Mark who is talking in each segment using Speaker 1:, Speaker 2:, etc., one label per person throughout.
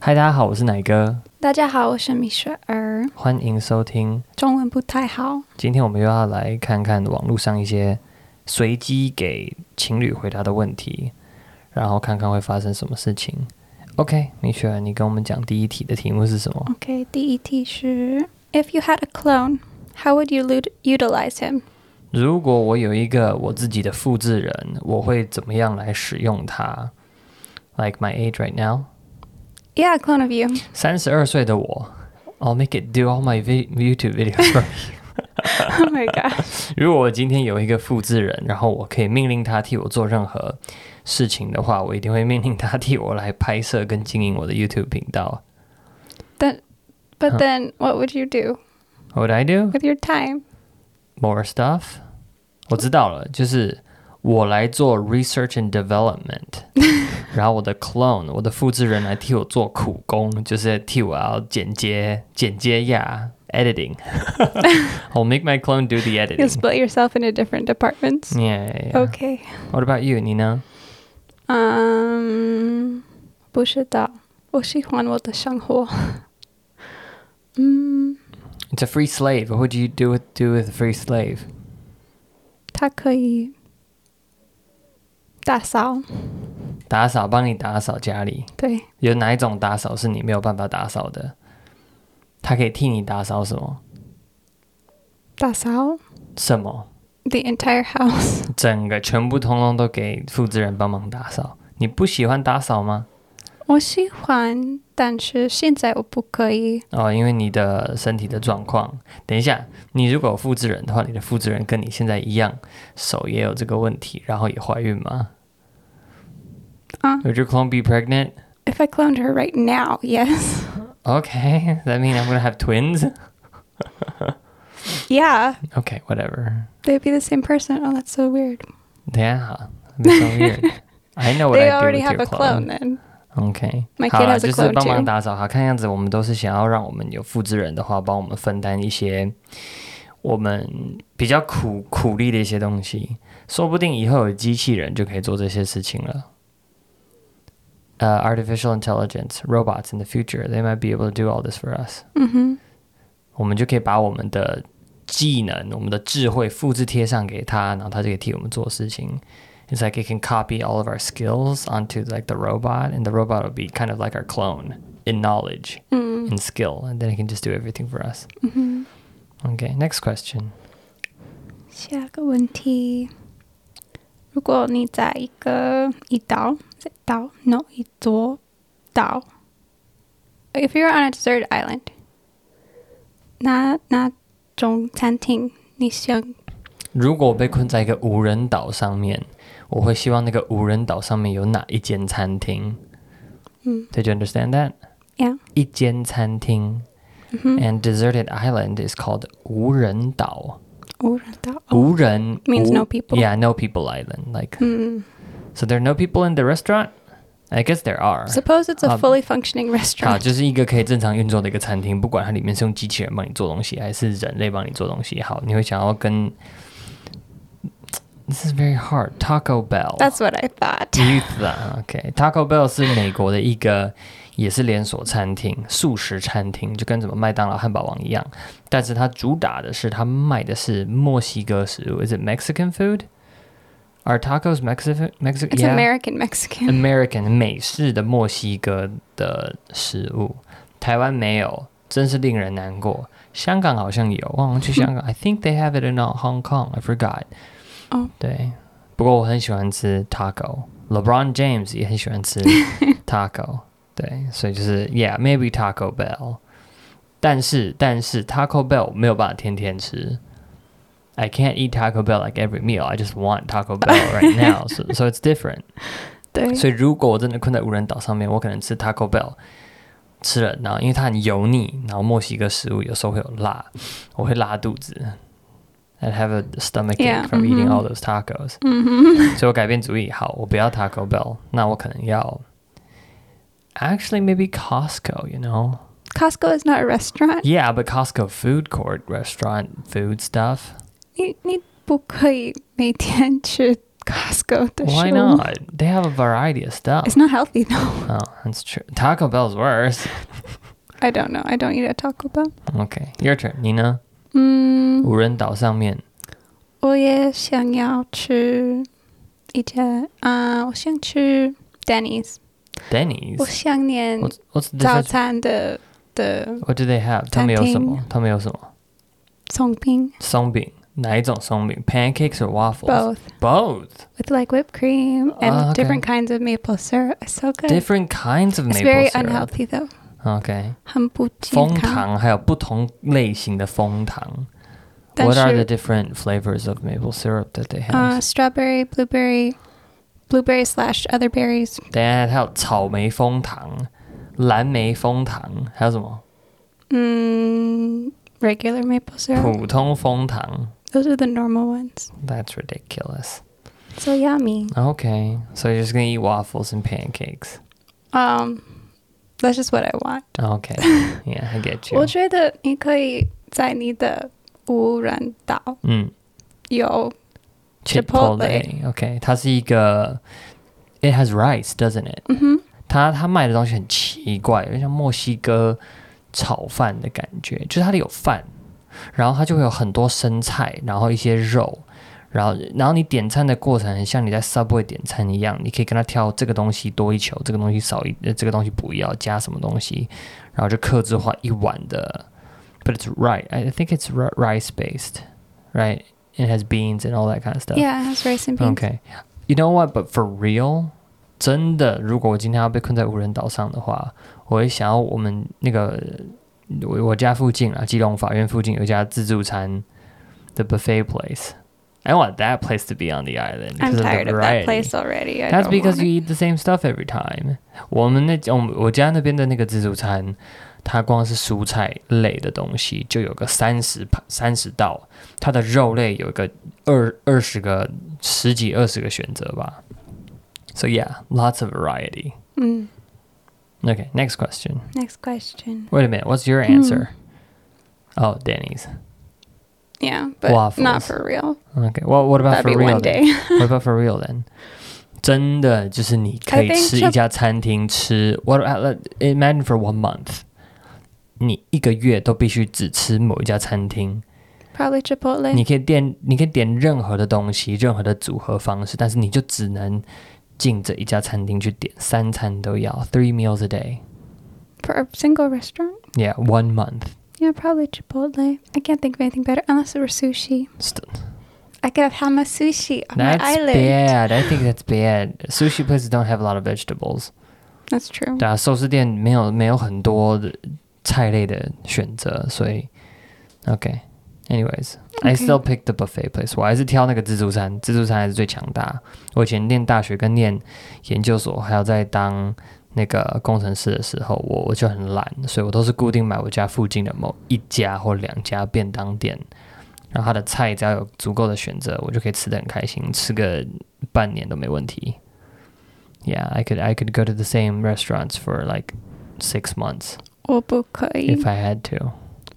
Speaker 1: 嗨，大家好，我是奶哥，
Speaker 2: 大家好，我是米雪儿，
Speaker 1: 欢迎收听。
Speaker 2: 中文不太好。
Speaker 1: 今天我们又要来看看网络上一些随机给情侣回答的问题，然后看看会发生什么事情。OK，米雪儿，你跟我们讲第一题的题目是什么？
Speaker 2: OK，第一题是：If you had a clone, how would you lut- utilize him？
Speaker 1: 如果我有一个我自己的复制人，我会怎么样来使用它？Like my age right now，
Speaker 2: Yeah, a clone of you.
Speaker 1: 三十二岁的我，I'll make it do all my vi- YouTube videos for
Speaker 2: Oh my god.
Speaker 1: 如果我今天有一个复制人，然后我可以命令他替我做任何事情的话，我一定会命令他替我来拍摄跟经营我的 YouTube 频道。Huh.
Speaker 2: But then, what would you do
Speaker 1: What would I do?
Speaker 2: with your time?
Speaker 1: More stuff. 我知道了，就是我来做 research and development，然 后我的 clone，我的复制人来替我做苦工，就是替我要剪接、剪接呀、editing。I'll make my clone do the
Speaker 2: You
Speaker 1: editing.
Speaker 2: split yourself into different departments.
Speaker 1: Yeah. yeah.
Speaker 2: Okay.
Speaker 1: What about you? 你呢？
Speaker 2: 嗯，Um, 不知道，我喜欢我的生活。嗯，
Speaker 1: It's a free slave. What would you do with do with a free slave?
Speaker 2: 他可以打扫，
Speaker 1: 打扫，帮你打扫家里。
Speaker 2: 对，
Speaker 1: 有哪一种打扫是你没有办法打扫的？他可以替你打扫什么？
Speaker 2: 打扫
Speaker 1: 什么？
Speaker 2: the entire house.
Speaker 1: 整个全部通通都给复制人帮忙打扫。你不喜欢打扫吗？
Speaker 2: 我喜欢，但是现在我不可以。
Speaker 1: 哦，因为你的身体的状况。等一下，你如果有复制人的话，你的复制人跟你现在一样，手也有这个问题，然后也怀孕吗？
Speaker 2: 啊
Speaker 1: Would your clone be pregnant?
Speaker 2: If I cloned her right now, yes.
Speaker 1: Okay, that mean I'm gonna have twins?
Speaker 2: Yeah,
Speaker 1: Okay, whatever.
Speaker 2: they'd be the same person. Oh, that's so weird.
Speaker 1: Yeah, that's so weird. I know what I
Speaker 2: they
Speaker 1: do
Speaker 2: already
Speaker 1: with
Speaker 2: have
Speaker 1: your
Speaker 2: a clone
Speaker 1: clone.
Speaker 2: then.
Speaker 1: Okay.
Speaker 2: My
Speaker 1: 好
Speaker 2: kid
Speaker 1: 啦
Speaker 2: has a
Speaker 1: 就是
Speaker 2: clone
Speaker 1: 帮忙
Speaker 2: too.
Speaker 1: 打扫。好看样子，我们都是想要让我们有复制人的话，帮我们分担一些我们比较苦苦力的一些东西。说不定以后有机器人就可以做这些事情了。呃、a r t i f i c i a l intelligence, robots in the future, they might be able to do all this for us.
Speaker 2: 嗯
Speaker 1: 我们就可以把我们的技能、我们的智慧复制贴上给他，然后他就可以替我们做事情。It's like it can copy all of our skills onto like the robot, and the robot will be kind of like our clone in knowledge
Speaker 2: 哼，嗯
Speaker 1: and skill, and then it can just do everything for us.
Speaker 2: 嗯哼。
Speaker 1: Okay, next question.
Speaker 2: 下个问题：如果你在一个一岛，在岛，no 一座岛，if you're on a deserted island，哪哪种餐厅你想？
Speaker 1: 如果我被困在一个无人岛上面，我会希望那个无人岛上面有哪一间餐厅
Speaker 2: 嗯
Speaker 1: ？Did you understand that?
Speaker 2: Yeah.
Speaker 1: 一间餐厅
Speaker 2: 嗯哼，
Speaker 1: ，and deserted island is called 无人岛。
Speaker 2: 无人岛。哦
Speaker 1: 无人
Speaker 2: Oh. Means
Speaker 1: 无
Speaker 2: no people. Mm.
Speaker 1: Yeah, no people island. Like
Speaker 2: 嗯
Speaker 1: so, there are no people in the restaurant. I guess there are.
Speaker 2: Suppose it's a
Speaker 1: Um,
Speaker 2: fully functioning
Speaker 1: 啊，
Speaker 2: restaurant.
Speaker 1: 就是一个可以正常运作的一个餐厅，不管它里面是用机器人帮你做东西，还是人类帮你做东西。好，你会想要跟 This is very hard. Taco Bell.
Speaker 2: That's what I thought.
Speaker 1: Youth 啊，OK，Taco、Bell 是美国的一个也是连锁餐厅，素食餐厅，就跟什么麦当劳、汉堡王一样，但是它主打的是它卖的是墨西哥食物，Is it Mexican food? Are tacos Mexican Mexican?
Speaker 2: It's
Speaker 1: yeah.
Speaker 2: American Mexican.
Speaker 1: American 美式的墨西哥的食物，台湾没有，真是令人难过。香港好像有，忘了去香港。I think they have it in uh, Hong Kong. I forgot.
Speaker 2: 哦
Speaker 1: 对，不过我很喜欢吃 taco。LeBron James 也很喜欢吃 taco。对，所以就是 Yeah, maybe Taco Bell。但是但是 Taco Bell 没有办法天天吃。I can't eat Taco Bell like every meal. I just want Taco Bell right now. so so it's different.
Speaker 2: 对，
Speaker 1: 所以如果我真的困在无人岛上面，我可能吃 Taco Bell 吃了，然后因为它很油腻，然后墨西哥食物有时候会有辣，我会拉肚子。I'd have a stomach ache
Speaker 2: Yeah，
Speaker 1: from eating
Speaker 2: 嗯哼
Speaker 1: all those tacos，、
Speaker 2: 嗯哼，
Speaker 1: 所以我改变主意，好，我不要 Taco Bell，那我可能要 actually maybe Costco，you know？Yeah，but
Speaker 2: Costco is not a restaurant.
Speaker 1: Costco food court restaurant food stuff。
Speaker 2: 你你不可以每天去 Costco to
Speaker 1: Why
Speaker 2: show.
Speaker 1: not? They have a variety of stuff.
Speaker 2: It's not healthy though.
Speaker 1: oh, that's true. Taco Bell's worse.
Speaker 2: I don't know. I don't eat at Taco Bell. Mm,
Speaker 1: Okay, your turn, Nina.
Speaker 2: 嗯，
Speaker 1: 无人岛上面
Speaker 2: 我也想要吃一家啊，我想吃 Denny's。
Speaker 1: ，Denny's。
Speaker 2: 我想念
Speaker 1: What's what's the
Speaker 2: 早
Speaker 1: difference?
Speaker 2: 餐的的
Speaker 1: What do they have? 他
Speaker 2: 餐
Speaker 1: 们有什
Speaker 2: 厅
Speaker 1: 么？他们有什么？
Speaker 2: 松饼
Speaker 1: 松饼哪一种松饼？Pancakes or waffles?
Speaker 2: both
Speaker 1: Both.
Speaker 2: with like whipped cream and
Speaker 1: Ah, okay.
Speaker 2: different kinds of maple syrup. It's so good.
Speaker 1: Different kinds of
Speaker 2: it's
Speaker 1: maple
Speaker 2: very
Speaker 1: syrup.
Speaker 2: unhealthy though.
Speaker 1: Okay.
Speaker 2: 很不健
Speaker 1: 枫
Speaker 2: 康。
Speaker 1: 糖还有不同类型的枫糖。
Speaker 2: 但
Speaker 1: What are
Speaker 2: 是
Speaker 1: the different flavors of maple syrup that they have?
Speaker 2: 呃，strawberry、blueberry、blueberry slash other berries，
Speaker 1: 等一下还有草莓枫糖、蓝莓枫糖，还有什么？
Speaker 2: 嗯，regular Mm, maple syrup。
Speaker 1: 普通枫糖。
Speaker 2: Those are the normal ones.
Speaker 1: That's ridiculous.
Speaker 2: So yummy.
Speaker 1: Okay, so you're just gonna eat waffles and pancakes.
Speaker 2: Um, that's just what I want.
Speaker 1: Oh, Okay, yeah, I get you.
Speaker 2: 我觉得你可以在你的无人岛
Speaker 1: 嗯
Speaker 2: 有
Speaker 1: Chipotle.
Speaker 2: Chipotle.
Speaker 1: Okay, 它是一个，It has rice, doesn't it？
Speaker 2: 嗯哼
Speaker 1: 它它卖的东西很奇怪，有点像墨西哥炒饭的感觉，就是它里有饭，然后它就会有很多生菜，然后一些肉，然后然后你点餐的过程很像你在 Subway 点餐一样，你可以跟他挑这个东西多一球，这个东西少一，呃这个东西不要加什么东西，然后就克制化一碗的。But it's right, I think it's ri- rice based, right? It has beans and all that kind of stuff.
Speaker 2: ，Yeah, it has rice and beans.
Speaker 1: Okay. You know what? But for real，真的，如果我今天要被困在无人岛上的话，我会想要我们那个我我家附近啊，基隆法院附近有一家自助餐，The Buffet Place。I want that place to be on the island.
Speaker 2: I'm
Speaker 1: because of the
Speaker 2: tired of that
Speaker 1: variety.
Speaker 2: place already. I
Speaker 1: That's
Speaker 2: don't
Speaker 1: because
Speaker 2: want
Speaker 1: you eat the same stuff every time. 我们那我们我家那边的那个自助餐，它光是蔬菜类的东西就有个三十三十道，它的肉类有一个二二十个十几二十个选择吧。So yeah, lots of variety.
Speaker 2: it. 嗯
Speaker 1: Okay, next question.
Speaker 2: Mm, ，Next question.
Speaker 1: Wait a minute, what's your
Speaker 2: Hmm.
Speaker 1: answer? Oh, Denny's.
Speaker 2: Yeah, but not
Speaker 1: Waffles.
Speaker 2: for real.
Speaker 1: Okay, well, what about
Speaker 2: That'd
Speaker 1: for
Speaker 2: be
Speaker 1: real?
Speaker 2: one
Speaker 1: Then?
Speaker 2: day.
Speaker 1: What about for real then? 真的就是你可
Speaker 2: I
Speaker 1: 以
Speaker 2: think
Speaker 1: 吃
Speaker 2: Chip-
Speaker 1: 一家餐厅吃，what about- imagine for one month，你一个月都必须只吃某一家餐厅，
Speaker 2: Probably Chipotle.
Speaker 1: 你可以点你可以点任何的东西，任何的组合方式，但是你就只能进这一家餐厅去点，三餐都要 three meals a day，yeah
Speaker 2: For a single restaurant?
Speaker 1: one month，
Speaker 2: Yeah, probably Chipotle. I can't think of anything better unless it were sushi. I could have had my sushi on
Speaker 1: that's
Speaker 2: my island.
Speaker 1: bad. I think that's bad. Sushi places don't have a lot of vegetables.
Speaker 2: That's true.
Speaker 1: 对啊，寿司店没有没有很多的菜类的选择，所以 OK。Anyways, I
Speaker 2: OK
Speaker 1: still pick the buffet place. 我还是挑那个自助餐，自助餐还是最强大。我以前念大学跟念研究所，还有在当那个工程师的时候，我我就很懒，所以我都是固定买我家附近的某一家或两家便当店，然后它的菜只要有足够的选择，我就可以吃的很开心，吃个半年都没问题。Yeah, I could I could go to the same restaurants for like six months
Speaker 2: 我不可以。
Speaker 1: if I had to.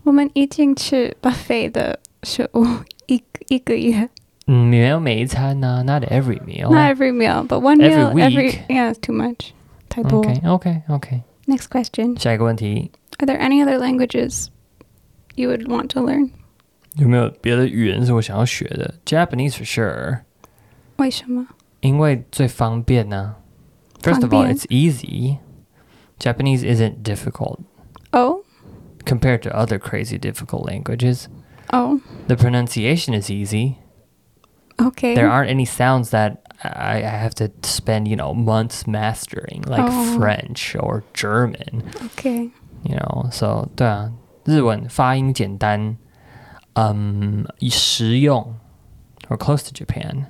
Speaker 2: 我们已经吃 buffet 的食物一一个月。
Speaker 1: 嗯，没有每一餐呢、n o t every meal.
Speaker 2: Not every meal, but one
Speaker 1: Oh, Every
Speaker 2: meal
Speaker 1: week.
Speaker 2: every. Yeah, it's too much. 太多。
Speaker 1: OK OK OK。
Speaker 2: Next question.
Speaker 1: 下一个问题，
Speaker 2: Are there any other languages you would want to learn?
Speaker 1: 有没有别的语言是我想要学的？Japanese for sure，
Speaker 2: 为什么？
Speaker 1: 因为最方便呢、First of all,
Speaker 2: 方便。
Speaker 1: it's easy. Japanese isn't difficult
Speaker 2: Oh,
Speaker 1: compared to other crazy difficult languages.
Speaker 2: oh,
Speaker 1: The pronunciation is easy.
Speaker 2: okay.
Speaker 1: there aren't any sounds that I, I have to spend you know months mastering like
Speaker 2: Oh.
Speaker 1: French or German
Speaker 2: Okay.
Speaker 1: you know so 对啊日文发音简单嗯实用 or close to Japan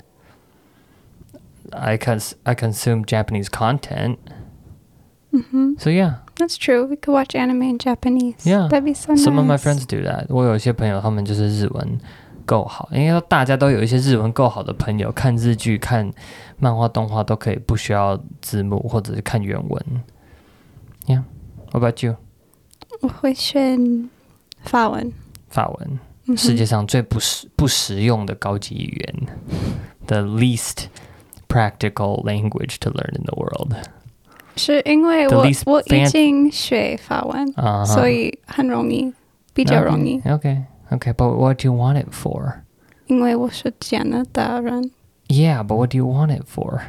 Speaker 1: I cons I consume Japanese content
Speaker 2: Mm-hmm.
Speaker 1: so yeah
Speaker 2: That's true. We could watch anime in Japanese.
Speaker 1: Yeah.
Speaker 2: That'd be so
Speaker 1: Some of my
Speaker 2: nice.
Speaker 1: friends do that. 我有一些朋友，他们就是日文够好，因为大家都有一些日文够好的朋友，看日剧、看漫画、动画都可以不需要字幕，或者是看原文。Yeah, what about you？
Speaker 2: 我会选法文。
Speaker 1: 法文，
Speaker 2: 嗯哼
Speaker 1: 世界上最不实不实用的高级语言。 the least practical language to learn in the world.
Speaker 2: 是因为
Speaker 1: The
Speaker 2: 我
Speaker 1: least
Speaker 2: 我已
Speaker 1: fan-
Speaker 2: 经学法文，
Speaker 1: Uh-huh.
Speaker 2: 所以很容易，比较容易。
Speaker 1: Okay, okay, okay. But what do you want it for?
Speaker 2: 因为我是加拿大人
Speaker 1: Yeah, but what do you want it for?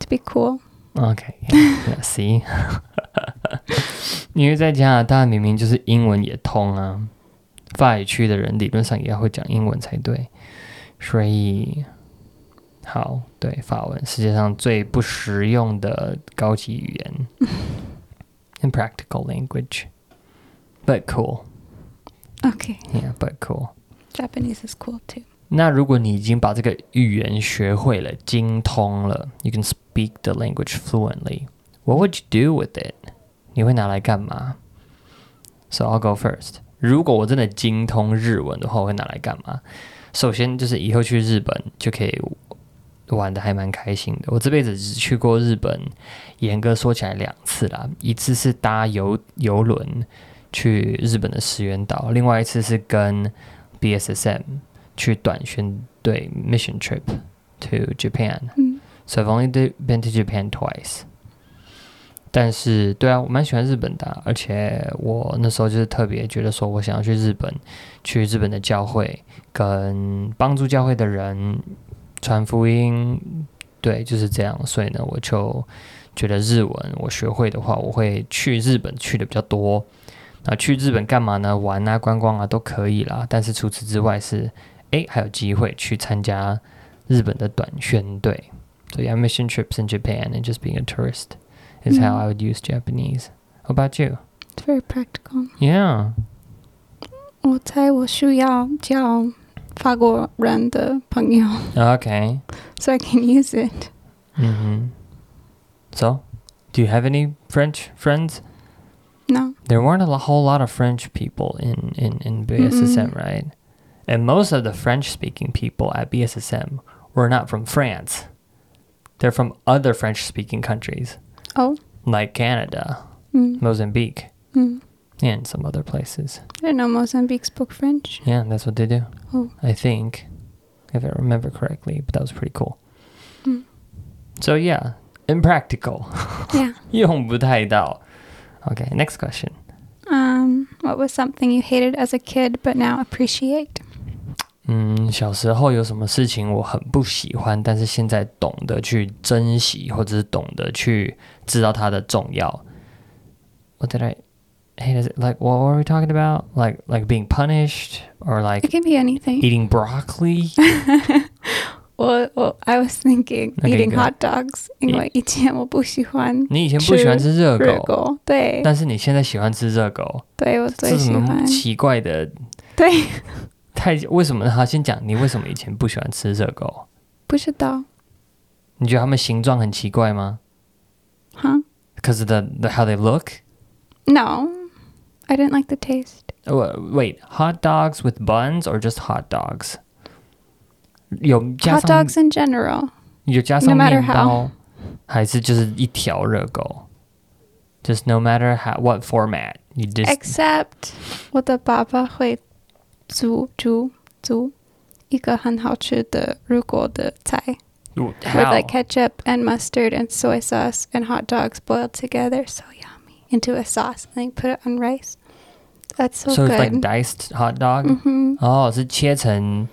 Speaker 2: ，to be cool。
Speaker 1: Okay. Yeah, yeah, see. 因为在加拿大明明就是英文也通啊，法语区的人理论上也要会讲英文才对，所以好对法文世界上最不实用的高级语言，impractical language。But cool,
Speaker 2: OK，Japanese、
Speaker 1: yeah, but cool.
Speaker 2: is cool too。
Speaker 1: 那如果你已经把这个语言学会了、精通了，you can speak the language fluently. What would you do with it? 你会拿来干嘛？So I'll go first. 如果我真的精通日文的话，我会拿来干嘛？首先就是以后去日本就可以玩的还蛮开心的。我这辈子只去过日本，严格说起来两次啦，一次是搭游游轮去日本的石垣岛，另外一次是跟 BSSM 去短宣队 mission trip to Japan.
Speaker 2: 嗯
Speaker 1: So I've only do- been to Japan twice. 但是，对啊，我蛮喜欢日本的啊、而且我那时候就是特别觉得说，我想要去日本，去日本的教会，跟帮助教会的人传福音，对，就是这样。所以呢，我就觉得日文我学会的话，我会去日本去的比较多。那去日本干嘛呢？玩啊、观光啊都可以啦。但是除此之外是，诶，还有机会去参加日本的短宣队。So yeah, mission trips in Japan and just being a tourist is how
Speaker 2: 嗯
Speaker 1: I would use Japanese. How about you?
Speaker 2: It's very practical。
Speaker 1: Yeah.
Speaker 2: 我猜我需要交法国人的朋友
Speaker 1: Okay.
Speaker 2: ，so I can use it。
Speaker 1: Mm-hmm. So, do you have any French friends?
Speaker 2: No，
Speaker 1: There weren't a lo- whole lot of French people in, in, in BSSM, right? And most of the French speaking people at BSSM were not from France. They're from other French speaking countries
Speaker 2: 哦，
Speaker 1: like Canada,
Speaker 2: 嗯
Speaker 1: Mozambique,
Speaker 2: 嗯
Speaker 1: and some other places.
Speaker 2: Hmm, ，I don't know Mozambique spoke French。
Speaker 1: Yeah, that's what they do.
Speaker 2: Oh.
Speaker 1: I think, if I remember correctly, but that was pretty cool.
Speaker 2: Mm.
Speaker 1: So, yeah, impractical.
Speaker 2: Yeah.
Speaker 1: 用不太到。Okay, next question.
Speaker 2: Um, what was something you hated as a kid but now appreciate?
Speaker 1: 嗯，小时候有什么事情我很不喜欢，但是现在懂得去珍惜，或者是懂得去知道它的重要。What did I hate? Is it like what were we talking about? Like like being punished or
Speaker 2: It
Speaker 1: like
Speaker 2: can be anything.
Speaker 1: eating broccoli?
Speaker 2: Well, well I was thinking
Speaker 1: Okay,
Speaker 2: eating
Speaker 1: go.
Speaker 2: hot dogs. 因为以前我不喜欢
Speaker 1: 你以前不喜欢吃热
Speaker 2: 热
Speaker 1: 狗，
Speaker 2: 狗，对
Speaker 1: 但是你现在喜欢吃热狗，
Speaker 2: 对，我
Speaker 1: 这
Speaker 2: 最
Speaker 1: 是
Speaker 2: 喜
Speaker 1: 什
Speaker 2: 欢
Speaker 1: 么。奇怪的？
Speaker 2: 对，
Speaker 1: 太为什么呢？好，先讲你为什么以前不喜欢吃热狗？
Speaker 2: 不知道
Speaker 1: 你觉得它们形状很奇怪吗？
Speaker 2: ，huh?
Speaker 1: because of the, the how they look.
Speaker 2: No, I didn't like the taste.
Speaker 1: Oh, uh, wait, hot dogs with buns or just hot dogs? 有加上
Speaker 2: Hot dogs in general.
Speaker 1: 有加上
Speaker 2: no matter
Speaker 1: 面包，还是就是一条热狗？Just no matter how what format you just
Speaker 2: Except 我的爸爸会煮煮煮一个很好吃的热狗的菜。
Speaker 1: Ooh,
Speaker 2: with
Speaker 1: how?
Speaker 2: like ketchup and mustard and soy sauce and hot dogs boiled together, so yummy, into a sauce, and then put it on rice. That's so,
Speaker 1: so it's like
Speaker 2: good.
Speaker 1: diced hot dog. Oh,
Speaker 2: hmm
Speaker 1: 哦，是切成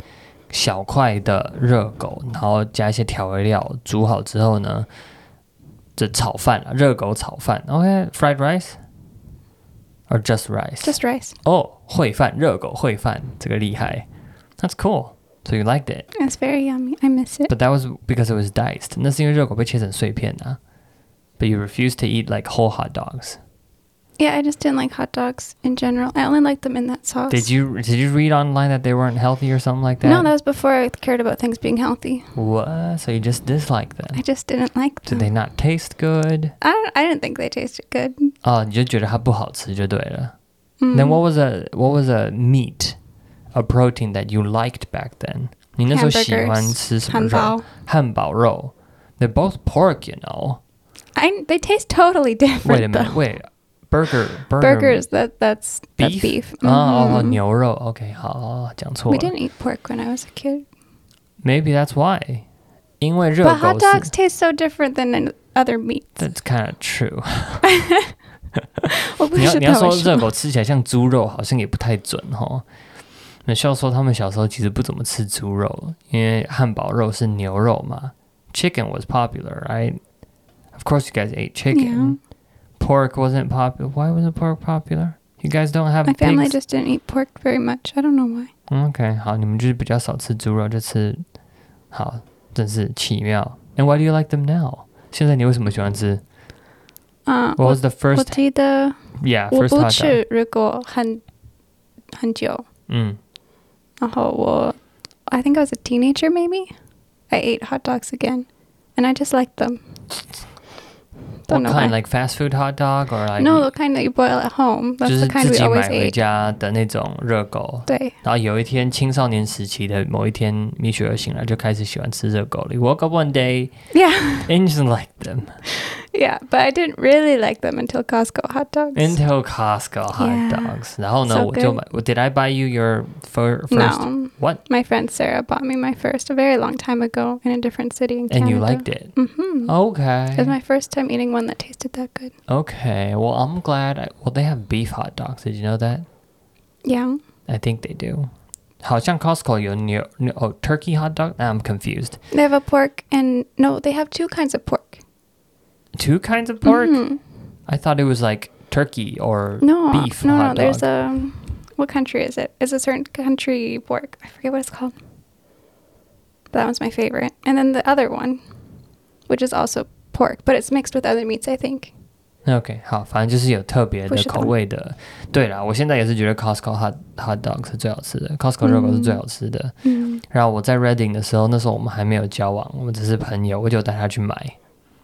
Speaker 1: 小块的热狗，然后加一些调味料，煮好之后呢，这炒饭啊，热狗炒饭。OK, fried rice or just rice?
Speaker 2: Just rice.
Speaker 1: "Oh, 哦，烩饭，热狗烩饭，这个厉害。That's cool. So you liked it,
Speaker 2: It's very yummy. I miss it.
Speaker 1: but that was because it was diced. 那是因为热狗被切成碎片啊。But you refused to eat like whole hot dogs.
Speaker 2: yeah, I just didn't like hot dogs in general. I only liked them in that sauce.
Speaker 1: Did you did you read online that they weren't healthy or something like that?
Speaker 2: No, that was before I cared about things being healthy.
Speaker 1: What? So you just dislike them?
Speaker 2: I just didn't like
Speaker 1: Did
Speaker 2: them.
Speaker 1: they not taste good?
Speaker 2: I, don't, I didn't think they tasted good.
Speaker 1: 哦，你就觉得它不好吃就对了。
Speaker 2: Mm.
Speaker 1: Then what was a what was a meat, a protein that you liked back then? 你那时候喜欢吃什么肉？
Speaker 2: 汉堡.
Speaker 1: 汉堡肉。They're both pork, you know.
Speaker 2: I, they taste totally different.
Speaker 1: Wait a minute.
Speaker 2: though.
Speaker 1: Wait. Burger. Burger.
Speaker 2: Burgers, that, that's
Speaker 1: Beef. Ah, oh,
Speaker 2: that's beef.
Speaker 1: 啊，哦，
Speaker 2: Mhm.
Speaker 1: oh, 牛肉。OK，好，讲错了。
Speaker 2: We didn't eat pork when I was a kid.
Speaker 1: Maybe that's why. 因为热狗
Speaker 2: But hot dogs taste so different than in other meats.
Speaker 1: That's kind of true.
Speaker 2: 我不
Speaker 1: 你要
Speaker 2: 知
Speaker 1: 你要
Speaker 2: 道
Speaker 1: 说
Speaker 2: 为什
Speaker 1: 热
Speaker 2: 么。
Speaker 1: 狗吃起来像猪肉，好像也不太准哈。那需要说他们小时候其实不怎么吃猪肉，因为汉堡肉是牛肉嘛。Chicken was popular, right? Of course, you guys ate chicken. Pork wasn't popular. Why wasn't pork popular? You guys don't have
Speaker 2: My family
Speaker 1: pigs.
Speaker 2: just didn't eat pork very much. I don't know why.
Speaker 1: OK，好，你们就是比较少吃猪肉，就吃好，真是奇妙。And why do you like them now？现在你为什么喜欢吃
Speaker 2: 嗯，
Speaker 1: ？What
Speaker 2: 我
Speaker 1: was the
Speaker 2: 我
Speaker 1: first?
Speaker 2: 记得
Speaker 1: Yeah,
Speaker 2: 我
Speaker 1: first
Speaker 2: 不
Speaker 1: hot dog.
Speaker 2: 吃热狗很很久，
Speaker 1: 嗯
Speaker 2: 然后我 I think I was a teenager maybe. I ate hot dogs again, and I just liked them.
Speaker 1: ，What
Speaker 2: Don't know
Speaker 1: kind?
Speaker 2: why.
Speaker 1: Like fast food hot dog or like
Speaker 2: No, the kind that you boil at home.
Speaker 1: 就
Speaker 2: That's
Speaker 1: 是
Speaker 2: the kind
Speaker 1: 自
Speaker 2: we
Speaker 1: 己
Speaker 2: always
Speaker 1: 买回
Speaker 2: ate.
Speaker 1: 家的那种热狗。
Speaker 2: 对，
Speaker 1: 然后有一天，青少年时期的某一天，米雪儿醒来就开始喜欢吃热狗了。You woke up one day
Speaker 2: Yeah,
Speaker 1: and you like them
Speaker 2: yeah, but I didn't really like them until Costco hot dogs.
Speaker 1: until Costco hot
Speaker 2: Yeah.
Speaker 1: dogs。然后呢，
Speaker 2: So
Speaker 1: 我就
Speaker 2: good.
Speaker 1: 买。Did I buy you your fir- first?
Speaker 2: no,
Speaker 1: What?
Speaker 2: my friend Sarah bought me my first a very long time ago in a different city in
Speaker 1: And
Speaker 2: Canada.
Speaker 1: you liked it?
Speaker 2: Mm-hmm. It was
Speaker 1: Okay.
Speaker 2: my first time eating one that tasted that good.
Speaker 1: Okay. Well, I'm glad. I, well, they have beef hot dogs. Did you know that?
Speaker 2: Yeah.
Speaker 1: I think they do. 好像 Costco 有牛牛哦 turkey hot dog. I'm confused.
Speaker 2: They have a pork and no, they have two kinds of pork.
Speaker 1: Two kinds of pork.
Speaker 2: Mhm.
Speaker 1: I thought it was like turkey or
Speaker 2: No,
Speaker 1: beef
Speaker 2: no, no.
Speaker 1: hot
Speaker 2: There's
Speaker 1: dog.
Speaker 2: a what country is it? It's a certain country pork. I forget what it's called. That one's my favorite. And then the other one, which is also pork, but it's mixed with other meats, I think.
Speaker 1: OK，好，反正就是有特别的
Speaker 2: 不是
Speaker 1: 口
Speaker 2: 同
Speaker 1: 味的。对啦，我现在也是觉得 Costco hot hot dog 是最好吃的，Costco 热狗是最
Speaker 2: 嗯
Speaker 1: 好吃的。
Speaker 2: Mm-hmm。
Speaker 1: 然后我在 Reading 的时候，那时候我们还没有交往，我们只是朋友，我就带他去买。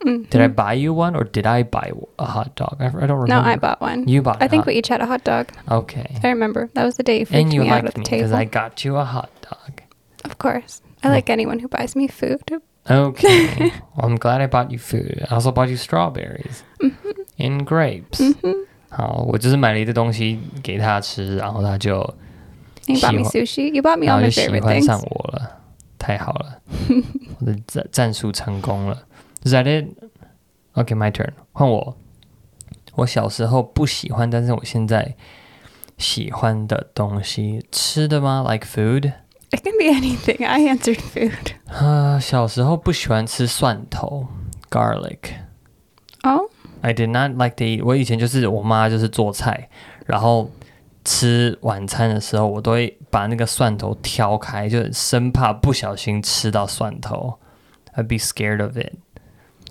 Speaker 2: Mm.
Speaker 1: Did I buy you one or did I buy a hot dog? I, I don't remember.
Speaker 2: No, I bought one.
Speaker 1: You bought.
Speaker 2: I think
Speaker 1: hot-
Speaker 2: we each had a hot dog.
Speaker 1: Okay.
Speaker 2: I remember that was the day you freaked
Speaker 1: And you
Speaker 2: me out
Speaker 1: liked
Speaker 2: at the
Speaker 1: me because
Speaker 2: table.
Speaker 1: I got you a hot dog.
Speaker 2: Of course, I
Speaker 1: Mm.
Speaker 2: like anyone who buys me food.
Speaker 1: Okay. well, I'm glad I bought you food. I also bought you strawberries
Speaker 2: Mm-hmm.
Speaker 1: and grapes.
Speaker 2: Hmm.
Speaker 1: 好，我就是买了一堆东西给他吃，然后他就
Speaker 2: You bought me
Speaker 1: 喜欢-
Speaker 2: sushi. You bought me
Speaker 1: 然后
Speaker 2: all
Speaker 1: 就
Speaker 2: my
Speaker 1: 喜
Speaker 2: favorite
Speaker 1: 欢
Speaker 2: things.
Speaker 1: 上我了，太好了，我的战战术成功了。Is that it? Okay, my turn，换我。我小时候不喜欢，但是我现在喜欢的东西，吃的吗？Like food？
Speaker 2: It can be anything. I answered food.
Speaker 1: 啊、小时候不喜欢吃蒜头，garlic。
Speaker 2: Oh,
Speaker 1: I did not like to eat。我以前就是我妈就是做菜，然后吃晚餐的时候，我都会把那个蒜头挑开，就生怕不小心吃到蒜头。I'd be scared of it.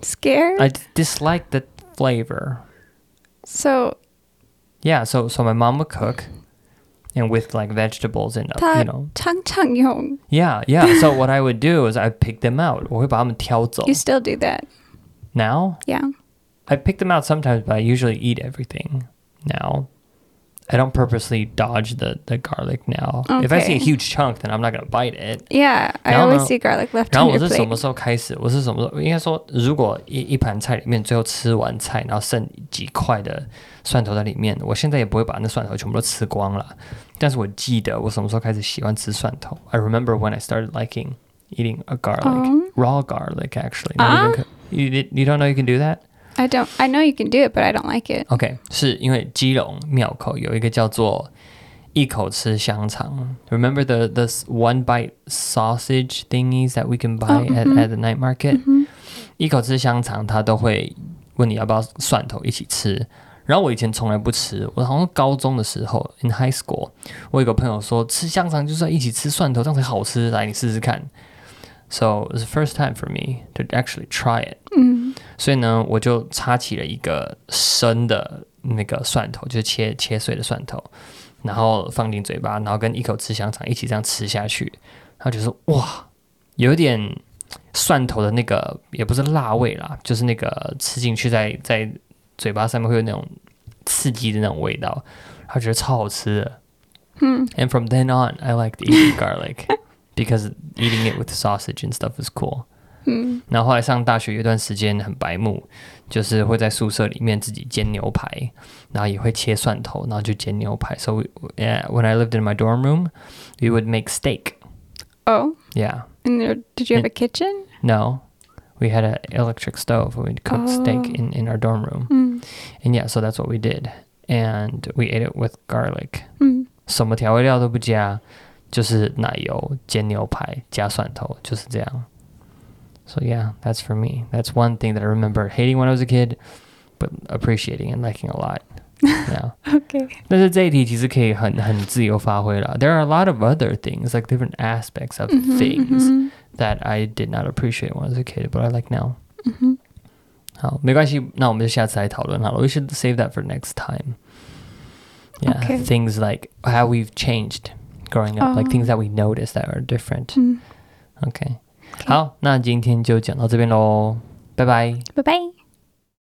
Speaker 2: scared.
Speaker 1: I dislike the flavor.
Speaker 2: so
Speaker 1: Yeah, so so my mom would cook, and with like vegetables and uh, you know,
Speaker 2: 他常常用
Speaker 1: yeah, yeah. So what I would do is I would pick them out. 我会把它们挑走。
Speaker 2: You still do that.
Speaker 1: Now
Speaker 2: Yeah.
Speaker 1: I pick them out sometimes, but I usually eat everything now. I don't purposely dodge the, the garlic now. If I see a
Speaker 2: Okay.
Speaker 1: huge chunk, then I'm not going to bite it.
Speaker 2: Yeah. I
Speaker 1: No,
Speaker 2: always
Speaker 1: no.
Speaker 2: see garlic left
Speaker 1: 然
Speaker 2: on
Speaker 1: 后我
Speaker 2: your
Speaker 1: 是什么
Speaker 2: plate.
Speaker 1: 时候开始？我是什么时候？应该说，如果一一盘菜里面最后吃完菜，然后剩几块的蒜头在里面，我现在也不会把那蒜头全部都吃光了。但是我记得我什么时候开始喜欢吃蒜头。I remember when I started liking eating a garlic,
Speaker 2: Oh. Ah。
Speaker 1: raw garlic actually. not even cook- You did- you don't know you can do that?
Speaker 2: I don't I know you can do it, but I don't like it.
Speaker 1: OK，是因为基隆庙口有一个叫做一口吃香肠，Remember the the one bite sausage thingies that we can buy
Speaker 2: 哦
Speaker 1: at、
Speaker 2: 嗯哼嗯
Speaker 1: at the night market？、一口吃香肠，他都会问你要不要蒜头一起吃。然后我以前从来不吃，我好像高中的时候，in high school，我有个朋友说吃香肠就是要一起吃蒜头，这样才好吃，来你试试看。So it was the first time for me to actually try it.
Speaker 2: 嗯，
Speaker 1: 所以呢，我就插起了一个生的那个蒜头，就是切切碎的蒜头，然后放进嘴巴，然后跟一口吃香肠一起这样吃下去，然后就说哇，有一点蒜头的那个也不是辣味啦，就是那个吃进去在在嘴巴上面会有那种刺激的那种味道，他觉得超好吃的。
Speaker 2: 嗯
Speaker 1: And from then on, I liked eating garlic because eating it with sausage and stuff is cool.
Speaker 2: 嗯
Speaker 1: 然后后来上大学有一段时间很白目，就是会在宿舍里面自己煎牛排，然后也会切蒜头，然后就煎牛排。So we, yeah, when I lived in my dorm room, we would make steak.
Speaker 2: Oh.
Speaker 1: Yeah,
Speaker 2: And there, did you have
Speaker 1: Yeah.
Speaker 2: a kitchen?
Speaker 1: No, we had an electric stove. and We'd cook steak
Speaker 2: Oh.
Speaker 1: in, in our dorm room.
Speaker 2: Mm.
Speaker 1: And yeah, so that's what we did. And we ate it with garlic.
Speaker 2: Mm.
Speaker 1: 什么调味料都不加，就是奶油煎牛排加蒜头，就是这样。So yeah, that's for me. That's one thing that I remember hating when I was a kid, but appreciating and liking a lot. now.
Speaker 2: Okay.
Speaker 1: 但是这一题其实可以很很自由发挥了。There are a lot of other things, like different aspects of
Speaker 2: Mhm,
Speaker 1: things
Speaker 2: mhm,
Speaker 1: that I did not appreciate when I was a kid, but I like now.
Speaker 2: mhm.
Speaker 1: 好，没关系，那我们就下次来讨论好了。We should save that for next time. Yeah,
Speaker 2: Okay.
Speaker 1: things like how we've changed growing up, like things that we notice that are different.
Speaker 2: Mm.
Speaker 1: Okay. 好，那今天就讲到这边喽，拜拜。
Speaker 2: Bye bye.